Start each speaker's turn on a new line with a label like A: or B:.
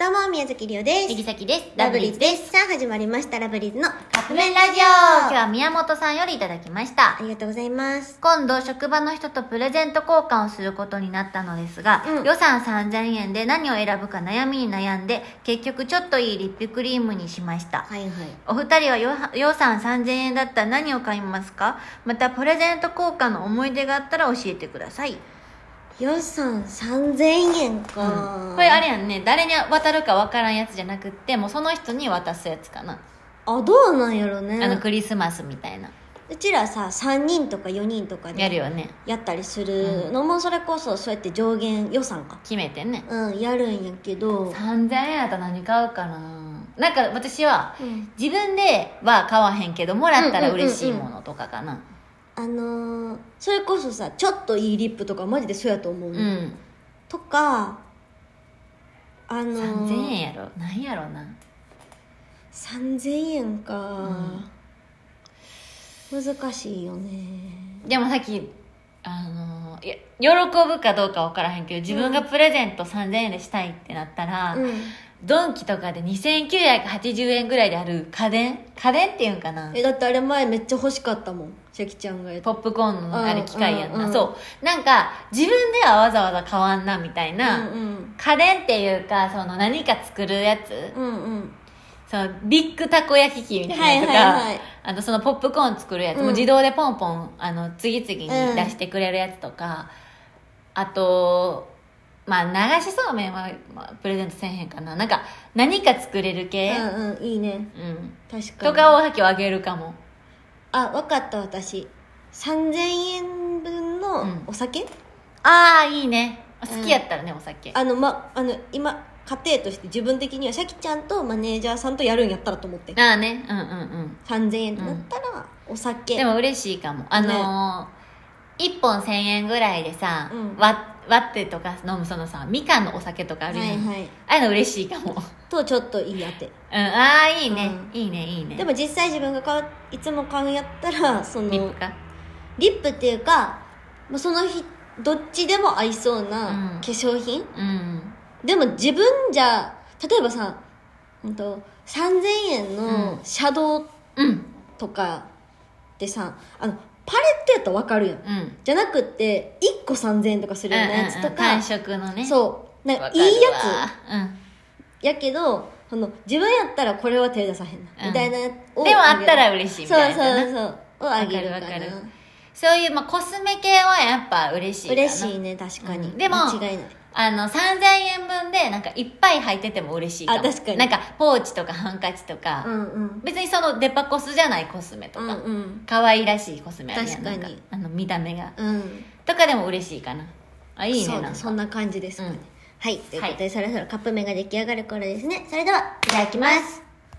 A: どうも、宮崎りおで
B: えぎ
A: す。
B: さきです。
A: ラブリーズです。さあ、始まりました、ラブリーズのカップ麺ラジ
B: 今日
A: オ
B: は宮本さんよりいただきまし
A: あ
B: た。
A: りがとうございます。
B: 今度、職場の人とプレゼント交換をすることになったのですが、
A: うん
B: 予算3000円で何を選ぶか悩みに悩んで、結局ちょっといいリップクリームにしました。
A: はいはい。
B: お二人は予予算3000円だったら何を買いますかまた、プレゼント交換の思い出があったら教えてください。
A: 予算3000円か、
B: これあれやんね、誰に渡るかわからんやつじゃなくって、もうその人に渡すやつかな。
A: あ、どうなんやろね。
B: あのクリスマスみたいな。
A: うちらさ、3人とか4人とかで
B: やるよね。
A: やったりするのも、それこそそうやって上限予算か。
B: 決めてね。
A: うん、やるんやけど。
B: 3000円やったら何買うかななんか私は
A: うん
B: 自分では買わへんけどもらったら嬉しいものとかかな
A: あのー、それこそさ、ちょっといいリップとかマジでそうやと思う
B: う
A: の、
B: ん、
A: とか、あのー、
B: 3000円やろなんやろな
A: 3000円か、難しいよね
B: でもさっきあのいや喜ぶかどうか分からへんけど自分がプレゼント3000円でしたいってなったら、
A: うん
B: ドンキとかで2980円ぐらいである家電家電っていうんかな
A: えだってあれ前めっちゃ欲しかったもん関ちゃんがやっ
B: ポップコーンのあ
A: う
B: れ
A: ん
B: 機械やんな、
A: うんうん
B: そうなんか自分ではわざわざ買わんなみたいな、
A: うんうん
B: 家電っていうかその何か作るやつ
A: うんうん
B: そのビッグたこ焼き器みたいなのとか、
A: はいはいはい
B: あのそのポップコーン作るやつ、
A: うん
B: もう自動でポンポンあの次々に出してくれるやつとか、あとまあ流しそうめんは、まあ、プレゼントせえへんかななんか何か作れる系、
A: うんうんいいね
B: うん
A: 確かに
B: とかをはきをあげるかも
A: あわかった私3000円分
B: う
A: の
B: ん
A: お酒、
B: ああいいね好きやったらね、お酒
A: あのまあの今家庭として自分的にはシャキちゃんとマネージャーさんとやるんやったらと思って
B: ああねうんうんうん
A: 3000円ってなったらお酒、
B: でも嬉しいかもあのー一1本1000円ぐらいでさ、
A: うん
B: 割割ってとか飲むそのさみかんのお酒とかあ
A: は
B: るやん、
A: いはい
B: ああいうの嬉しいかも、 う
A: とちょっといい当て
B: ん、ああいいね、
A: う
B: いいねいいね
A: でも実際自分が買ういつも買うんやったらその
B: リップか
A: リップっていうか、まあ、その日どっちでも合いそう
B: う
A: なん化粧品、
B: うん
A: でも自分じゃ例えばさ、うん、と3000円の
B: うん
A: シャドウ
B: うん
A: とかでさ、あのパレットやったら分かるやん
B: うん
A: じゃなくって1個3000円とかするようなやつと
B: うんうんうん
A: か,、
B: 単色のねう
A: そうなんかいいや
B: つ、
A: つやけどその自分やったらこれは手出さへんな、
B: うん
A: みたいなや
B: う
A: を
B: ん、でもあ
A: げる
B: ったら嬉しいみたいなな
A: そうそうそうをあげるかな
B: わかるわかるそういう、まあ、コスメ系はやっぱ嬉しいかな
A: 嬉しいね確かに、
B: うんでも
A: 間違いない
B: あの3000円分でなんかいっぱい入ってても嬉しいかも
A: あ確かに
B: なんかポーチとかハンカチとか、
A: うんうん
B: 別にそのデパコスじゃないコスメと
A: う
B: か、
A: んうん
B: 可愛らしいコスメあるやん
A: 確かに
B: なんあの見た目が
A: うん
B: とかでも嬉しいかなあいい
A: そ
B: ね
A: う
B: な
A: だ
B: ん
A: そ
B: か
A: んな感じですかね、
B: うん
A: はいということで、そろそろカップ麺が出来上がる頃ですねそれではいただきます